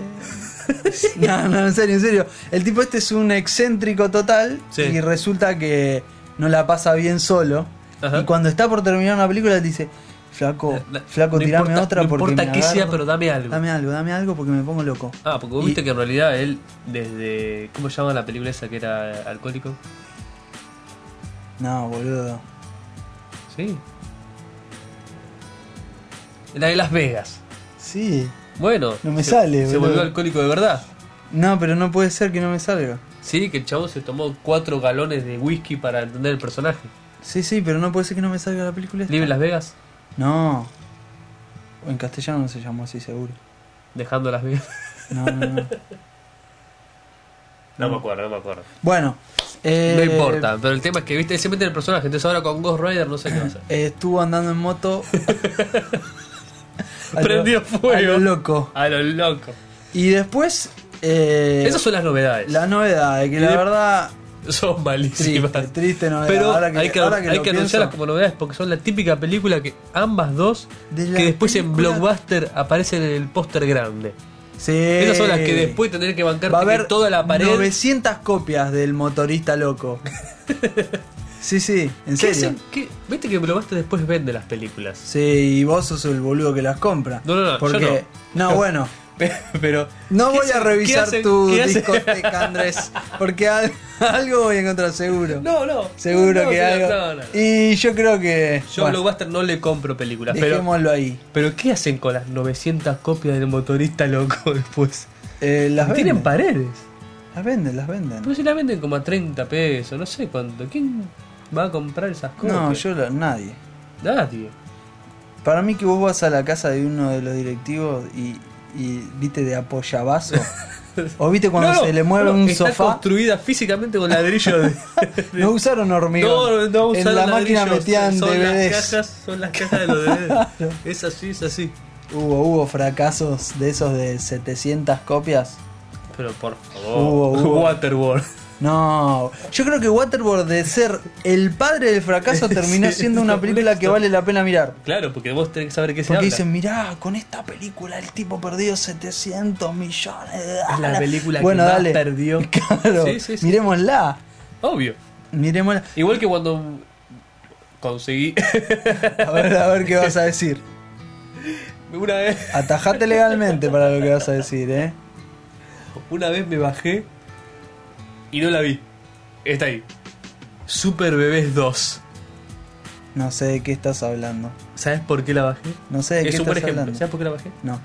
S1: No, no, en serio, en serio. El tipo este es un excéntrico total
S2: Sí.
S1: y resulta que no la pasa bien solo.
S2: Ajá.
S1: Y cuando está por terminar una película dice, flaco,
S2: La- la-
S1: Oh, flaco,
S2: no
S1: tirame
S2: importa-
S1: otra
S2: no
S1: porque
S2: importa
S1: me
S2: qué sea,
S1: agarro.
S2: pero dame algo.
S1: Dame algo, dame algo porque me pongo loco.
S2: Ah, porque vos
S1: Y-
S2: viste que en realidad él, desde. ¿Cómo se llama la película esa que era alcohólico?
S1: No, boludo.
S2: Sí. La de Las Vegas.
S1: Sí.
S2: Bueno.
S1: No me
S2: se-
S1: sale,
S2: Se
S1: boludo.
S2: volvió alcohólico de verdad.
S1: No, pero no puede ser que no me salga.
S2: Sí, que el chabón se tomó cuatro galones de whisky para entender el personaje.
S1: Sí, sí, pero no puede ser que no me salga la película. esta.
S2: Libre en Las Vegas,
S1: No. O en castellano no se llamó así, seguro.
S2: dejando Las Vegas.
S1: No, no, no.
S2: No me acuerdo, no me acuerdo.
S1: Bueno. eh,
S2: No importa, pero el tema es que viste, él se mete en el personaje, entonces ahora con Ghost Rider no sé qué va a hacer.
S1: Eh, estuvo andando en moto. A lo-
S2: Prendió fuego.
S1: a lo loco.
S2: A lo loco.
S1: Y después. eh,
S2: Esas son las novedades.
S1: la novedad, que
S2: Y
S1: la
S2: de-
S1: verdad.
S2: Son malísimas.
S1: Triste, triste novedad.
S2: Pero
S1: ahora que,
S2: hay que,
S1: ahora que
S2: hay
S1: lo
S2: que anunciarlas
S1: pienso,
S2: como novedades porque son la típica película que ambas dos,
S1: De la
S2: que después
S1: película-
S2: en Blockbuster aparecen en el póster grande.
S1: Sí.
S2: Esas son las que después tendrán que bancarte
S1: Eh, Va a
S2: que
S1: haber
S2: toda la pared.
S1: 900 copias del motorista loco. sí, sí, en
S2: ¿Qué
S1: serio.
S2: hacen? ¿Qué? Viste que Blockbuster después vende las películas.
S1: Sí, y vos sos el boludo que las compra.
S2: No, no, no, yo
S1: Porque, no. bueno,
S2: Pero
S1: no
S2: ¿qué
S1: voy a
S2: hacen?
S1: revisar
S2: ¿Qué hacen?
S1: tu
S2: ¿Qué hacen?
S1: discoteca, Andrés, porque al- algo voy a encontrar seguro.
S2: No, no.
S1: Seguro
S2: No,
S1: que
S2: no,
S1: algo.
S2: no, no, no.
S1: Y yo creo que.
S2: Yo a
S1: bueno,
S2: Blockbuster no le compro películas, pero
S1: dejémoslo ahí.
S2: pero ¿qué hacen con las 900 copias del motorista loco después?
S1: Eh, las
S2: Tienen
S1: venden.
S2: paredes.
S1: Las venden, las venden.
S2: Pero si la venden como a 30 pesos, no sé cuánto. ¿Quién va a comprar esas copias?
S1: No, yo la- nadie.
S2: Nadie.
S1: Para mí que vos vas a la casa de uno de los directivos y, y viste de apoyabazo. o viste cuando
S2: No, no,
S1: se le mueve
S2: no,
S1: un
S2: está
S1: sofá.
S2: construida físicamente con ladrillo de.
S1: No usaron hormigón.
S2: No, no usaron
S1: en la máquina
S2: ladrillos,
S1: metían
S2: son
S1: DVDs.
S2: Las cajas, son las cajas de los DVDs. Es así, es así.
S1: Hubo, hubo fracasos de esos de 700 copias.
S2: Pero por favor.
S1: Hubo, hubo.
S2: Waterworld.
S1: No, yo creo que Waterboard de ser el padre del fracaso terminó
S2: Sí,
S1: siendo una
S2: por
S1: película que
S2: esto.
S1: vale la pena mirar.
S2: Claro, porque vos tenés que saber qué se
S1: Porque
S2: habla.
S1: dicen, mirá, con esta película el tipo perdió 700 millones de dólares.
S2: Es la película que
S1: "Ah, bueno,
S2: más
S1: dale.
S2: perdió.
S1: Claro,
S2: Sí, sí, sí.
S1: miremosla.
S2: Obvio.
S1: Miremosla.
S2: Igual que cuando conseguí
S1: A ver, a ver qué vas a decir.
S2: una vez
S1: Atajate legalmente para lo que vas a decir, ¿eh?
S2: una vez me bajé y no la vi. Está ahí. Super Bebés 2.
S1: No sé de qué estás hablando.
S2: ¿Sabes por qué la bajé?
S1: No sé de qué
S2: es un
S1: estás
S2: buen ejemplo.
S1: hablando.
S2: ¿Sabes por qué la bajé?
S1: No.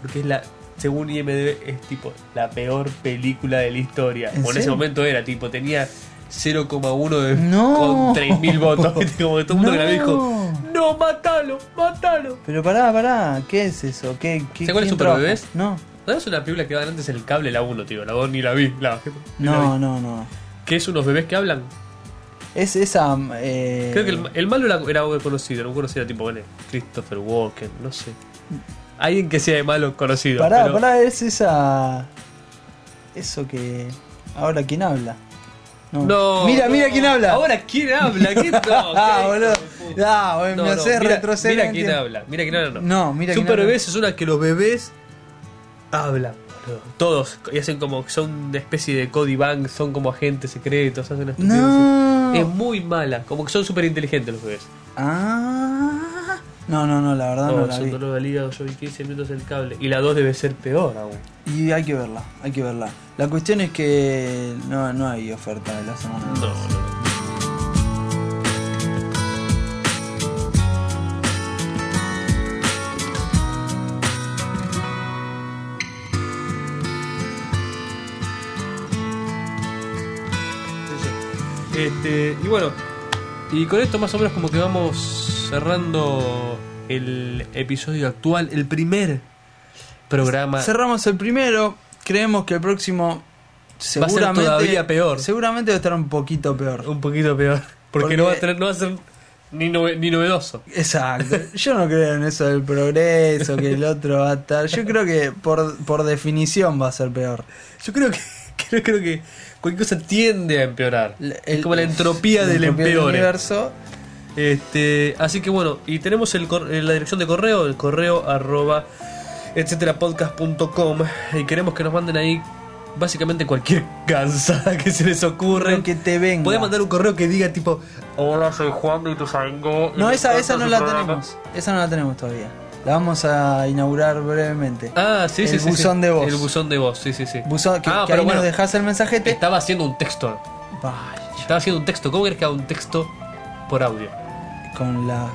S2: Porque es la según IMDb es tipo la peor película de la historia.
S1: ¿En
S2: O en ese
S1: serio?
S2: momento era tipo tenía 0,1 de
S1: No.
S2: con 3000 votos. Viste, Como que todo el mundo que la dijo,
S1: No.
S2: "No, mátalo, mátalo."
S1: Pero pará, pará, ¿qué es eso? ¿Qué, qué,
S2: ¿Sabes cuál es
S1: quién
S2: Super
S1: trabaja?
S2: Bebés?
S1: No,
S2: ¿No es una película que va antes en el cable la 1, tío? La 2 ni la vi, la bajé. ni la vi.
S1: no, no, no.
S2: ¿Qué es unos bebés que hablan?
S1: Es esa. eh,
S2: Creo que el, el malo era, era algo conocido, no conocido tipo, bueno, Christopher Walken, no sé. Alguien que sea de malo conocido.
S1: Pará,
S2: pero-
S1: pará, es esa. Eso que. Ahora, ¿quién habla? No. Mira, mira quién habla.
S2: Ahora, ¿quién habla? ¿Qué no,
S1: ah,
S2: qué-
S1: boludo. Ah, me
S2: No, no,
S1: hace
S2: mira,
S1: retroceder.
S2: Mira
S1: en
S2: quién
S1: tiempo.
S2: habla. Mira quién habla.
S1: No, mira quién
S2: Super
S1: habla.
S2: bebés es una que los bebés hablan. boludo. Todos. Y hacen como. Son una especie de Cody Bank. Son como agentes secretos. Hacen estupideces.
S1: No.
S2: Es muy mala. Como que son súper inteligentes los bebés.
S1: Ah. No, no, no, la verdad Ah, no,
S2: No,
S1: la
S2: es
S1: vi.
S2: un dolor al hígado, yo vi 15 minutos el cable. Y la 2 debe ser peor aún.
S1: Y hay que verla, hay que verla. La cuestión es que no, no hay oferta de la semana.
S2: No, no. Este, y bueno, y con esto más o menos como que vamos cerrando el episodio actual, el primer programa.
S1: Cerramos el primero. Creemos que el próximo
S2: Va a ser
S1: seguramente
S2: todavía peor.
S1: Seguramente va a estar un poquito peor.
S2: un poquito peor. Porque,
S1: Porque-
S2: no va a tener, no va a ser ni, nove- ni novedoso.
S1: Exacto. Yo no creo en eso del progreso, que el otro va a estar. Yo creo que por, por definición va a ser peor.
S2: Yo creo que, creo, creo que cualquier cosa tiende a empeorar.
S1: El-
S2: es como la entropía
S1: la
S2: del
S1: entropía
S2: empeore.
S1: universo.
S2: este, así que bueno, y tenemos el cor- eh, la dirección de correo, el correo arroba etcétera podcast.com y queremos que nos manden ahí básicamente cualquier cansada que se les ocurra.
S1: Lo que te venga.
S2: Pueden mandar un correo que diga tipo,
S7: Hola, soy Juan de Ituzaingó. y
S1: No,
S7: me
S1: esa, esa
S7: encanta
S1: no
S7: su
S1: la
S7: programa.
S1: tenemos. Esa no la tenemos todavía. La vamos a inaugurar brevemente.
S2: ah, sí,
S1: El
S2: sí, sí, sí.
S1: buzón de voz.
S2: El buzón de voz, sí, sí, sí.
S1: Buzón, que,
S2: Ah,
S1: que
S2: pero
S1: ahí
S2: bueno.
S1: nos dejás el mensajete.
S2: Estaba haciendo un texto.
S1: Vaya,
S2: Estaba haciendo un texto. ¿Cómo querés que haga un texto por audio?
S1: con las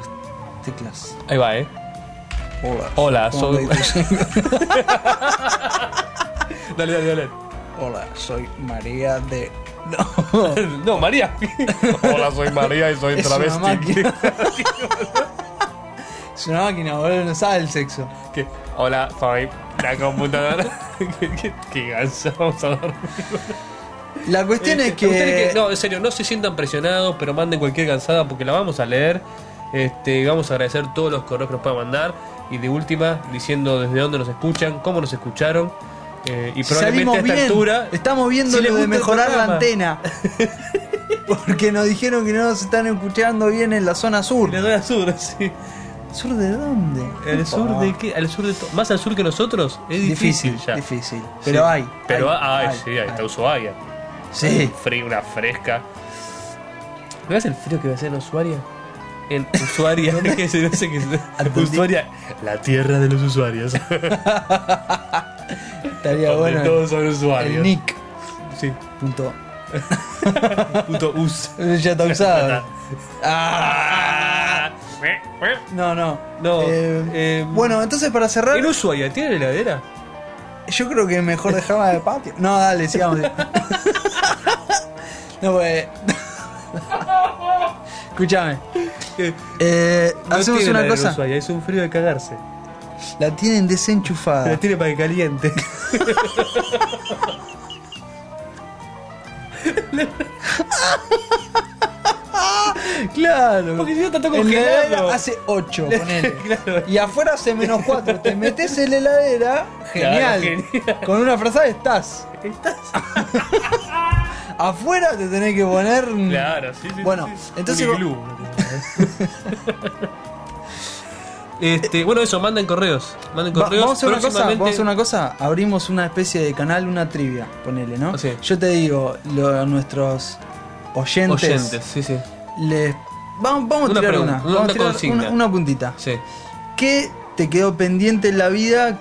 S1: teclas.
S2: Ahí va, eh.
S1: Hola.
S2: Hola,
S1: Juan
S2: soy. dale, dale, dale.
S1: Hola, soy María de. No.
S2: No, María.
S7: Hola, soy María y soy
S1: Es una
S7: travesti.
S1: máquina. es una máquina, boludo, no sabe el sexo.
S2: ¿Qué?
S7: Hola, soy la computadora.
S2: ¿Qué, qué, qué ganso, vamos a dormir.
S1: La cuestión es
S2: La cuestión es
S1: que.
S2: Eh, que- No, en serio, no se sientan presionados, pero manden cualquier cansada porque la vamos a leer. Este, vamos a agradecer todos los correos que nos puedan mandar. Y de última, diciendo desde dónde nos escuchan, cómo nos escucharon. eh, y probablemente
S1: Salimos
S2: a esta
S1: bien.
S2: altura.
S1: Estamos viendo
S2: si les
S1: lo de
S2: gusta el
S1: mejorar la
S2: programa.
S1: antena. Porque nos dijeron que no nos están escuchando bien en la zona sur.
S2: Le doy al sur, sí.
S1: ¿Sur de dónde?
S2: ¿Al sur de qué? ¿Al sur de to- ¿Más al sur que nosotros? Es difícil,
S1: Difícil,
S2: ya.
S1: difícil. Pero
S2: Sí.
S1: hay.
S7: Pero,
S1: hay,
S7: ay,
S1: hay,
S7: sí, ahí está
S1: hay.
S7: Ushuaia.
S1: Sí.
S7: Frío, una fresca.
S2: ¿No ves el frío que va a ser en Usuaria? En Usuaria, que se dice que
S1: Atendí.
S2: Usuaria, la tierra de los usuarios.
S1: Estaría
S7: Donde
S1: bueno.
S7: todos son usuarios.
S1: El nick.
S2: Sí,
S1: Punto.
S2: puto us.
S1: Ya está usado. Ah. No, no.
S2: No,
S1: Eh,
S2: eh,
S1: bueno, entonces para cerrar,
S2: En Ushuaia, ¿tiene heladera?
S1: yo creo que mejor dejarla de patio. No, dale, sigamos. no, pues. Escúchame.
S2: Eh,
S1: Eh,
S2: no
S1: hacemos
S2: tiene
S1: una
S2: heladera en
S1: cosa. Ah.
S2: Ushuaia, es un frío de cagarse.
S1: La tienen
S2: La
S1: desenchufada.
S2: tiene para que caliente.
S1: Claro.
S2: Porque si no, está
S1: En
S2: todo
S1: la
S2: congelado.
S1: heladera hace 8, ponele.
S2: Claro.
S1: Y afuera hace menos 4. Te metes en la heladera, genial.
S2: Claro, genial.
S1: Con una frazada estás. Estás. afuera te tenés que poner.
S7: Claro, sí, sí.
S1: Bueno,
S7: sí, sí.
S1: entonces-
S7: Uniglu.
S2: Este, bueno, eso, manden correos. Manden
S1: Va-
S2: correos.
S1: vamos a hacer una cosa,
S2: Próximamente-
S1: vamos a hacer una cosa, abrimos una especie de canal, una trivia, ponele, ¿no?
S2: Sí.
S1: Yo te digo, lo- a nuestros oyentes,
S2: Oyentes, sí, sí.
S1: les vamos, vamos a
S2: Una
S1: tirar
S2: pregunta,
S1: una,
S2: una
S1: vamos a tirar
S2: consigna.
S1: una- una puntita.
S2: Sí.
S1: ¿Qué te quedó pendiente en la vida?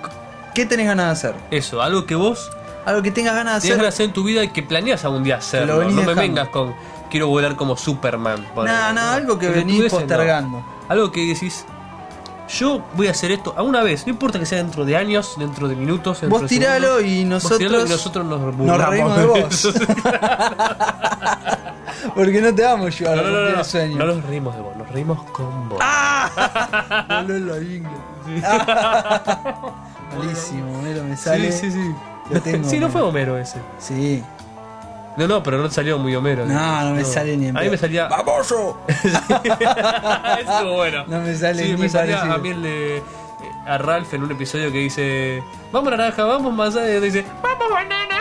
S1: ¿Qué tenés ganas de hacer?
S2: Eso, algo que vos
S1: Algo que tengas ganas de
S2: tienes que
S1: hacer.
S2: hacer en tu vida y que planeas algún día hacerlo.
S1: Lo venís
S2: No me
S1: dejando.
S2: vengas con quiero volar como Superman. por
S1: Nada,
S2: ahí,
S1: nada,
S2: ¿no?
S1: algo que
S2: Porque
S1: venís
S2: estuviese, no.
S1: postergando.
S2: Algo que decís, yo voy a hacer esto alguna vez, no importa que sea dentro de años, dentro de minutos. dentro
S1: Vos
S2: de segundos.
S1: tiralo y
S2: Vos tiralo
S1: nosotros,
S2: y nosotros nos
S1: nos
S2: burlamos
S1: reímos de
S2: eso.
S1: vos. Porque no te vamos a llevar
S2: No,
S1: a
S2: no, no,
S1: cumplir
S2: no,
S1: el sueño. Ah,
S2: no nos reímos de vos, nos reímos con vos.
S1: Voló en la ingle. Malísimo, Homero me
S2: sí,
S1: sale.
S2: sí, sí.
S1: Lo tengo,
S2: sí, no
S1: Homero.
S2: fue Homero ese.
S1: Sí.
S2: No, no, pero no te salió muy Homero.
S1: No, no me sale ni en
S2: A mí
S1: pedo.
S2: me salía.
S1: ¡Baboso!
S2: Estuvo bueno.
S1: No me sale
S2: Sí,
S1: ni
S2: me salía
S1: parecido.
S2: a mí el de. eh, A Ralph en un episodio que dice: Vamos naranja, vamos manzana. Y dice: Vamos banana.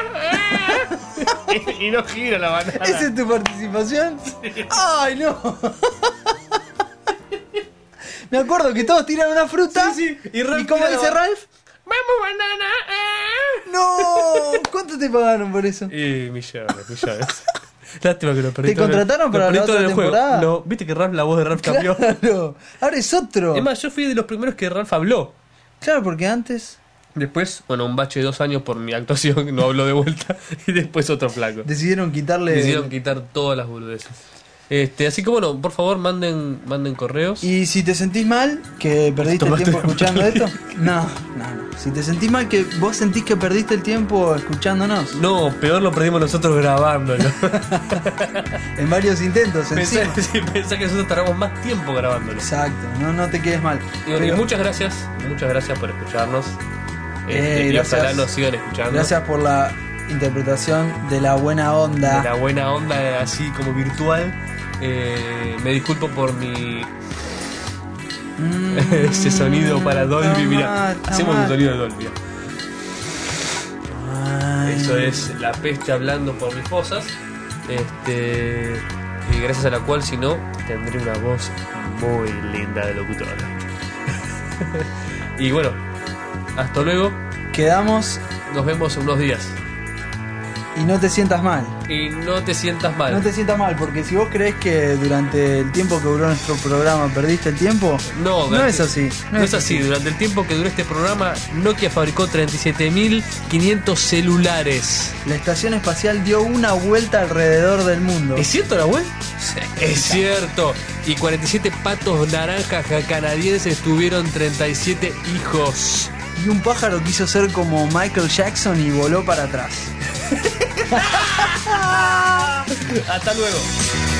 S8: y no gira la banana.
S1: ¿Esa es tu participación? ¡Ay, no! Me acuerdo que todos tiraron una fruta.
S2: Sí, sí,
S1: ¿Y,
S2: y Ralph
S1: cómo
S2: tira la
S1: dice
S2: ba-
S1: Ralph?
S8: ¡Vamos, banana! ah.
S1: ¡No! ¿Cuánto te pagaron por eso?
S2: Y millones, millones. Lástima que lo perdí.
S1: ¿Te
S2: todo en el-
S1: contrataron
S2: lo
S1: para la
S2: perdí todo
S1: otra
S2: en el juego.
S1: temporada?
S2: No, viste que Ralph, la voz de Ralph cambió.
S1: Claro, ahora es otro.
S2: Es más, yo fui de los primeros que Ralph habló.
S1: Claro, porque antes
S2: Después, bueno, un bache de dos años por mi actuación, no habló de vuelta. Y después otro flaco.
S1: decidieron quitarle.
S2: Decidieron quitar todas las boludeces. Este, así que bueno, por favor, manden, manden correos.
S1: Y si te sentís mal, que perdiste el
S2: Tomaste
S1: tiempo
S2: la
S1: escuchando esto. No, no, no. Si te sentís mal, que vos sentís que perdiste el tiempo escuchándonos.
S2: No, peor lo perdimos nosotros grabándolo.
S1: En varios intentos,
S2: pensá,
S1: encima.
S2: sí, pensá que nosotros tardamos más tiempo grabándolo.
S1: Exacto, no, no te quedes mal.
S2: Y, bueno, y
S1: Pero
S2: muchas gracias, muchas gracias por escucharnos.
S1: Eh,
S2: Este, y
S1: gracias.
S2: ojalá nos sigan escuchando.
S1: gracias por la interpretación de la buena onda.
S2: De la buena onda así como virtual. Eh, me disculpo por mi
S1: Mm,
S2: ese sonido para Dolby.
S1: está
S2: Mira,
S1: mal, está
S2: hacemos un
S1: mal.
S2: sonido de Dolby.
S1: Ay.
S2: Eso es la peste hablando por mis fosas. Este, y gracias a la cual, si no, tendré una voz muy linda de locutora. y bueno, hasta luego.
S1: Quedamos
S2: Nos vemos en unos días.
S1: y no te sientas mal.
S2: Y no te sientas mal.
S1: No te sientas mal, porque si vos crees que durante el tiempo que duró nuestro programa perdiste el tiempo,
S2: No,
S1: no
S2: durante-
S1: es así.
S2: No es así, durante el tiempo que duró este programa, Nokia fabricó 37.500 celulares.
S1: La estación espacial dio una vuelta alrededor del mundo.
S2: ¿Es cierto, la web? Es cierto. Y 47 patos naranjas canadienses tuvieron 37 hijos.
S1: Y un pájaro quiso ser como Michael Jackson y voló para atrás.
S2: Hasta luego.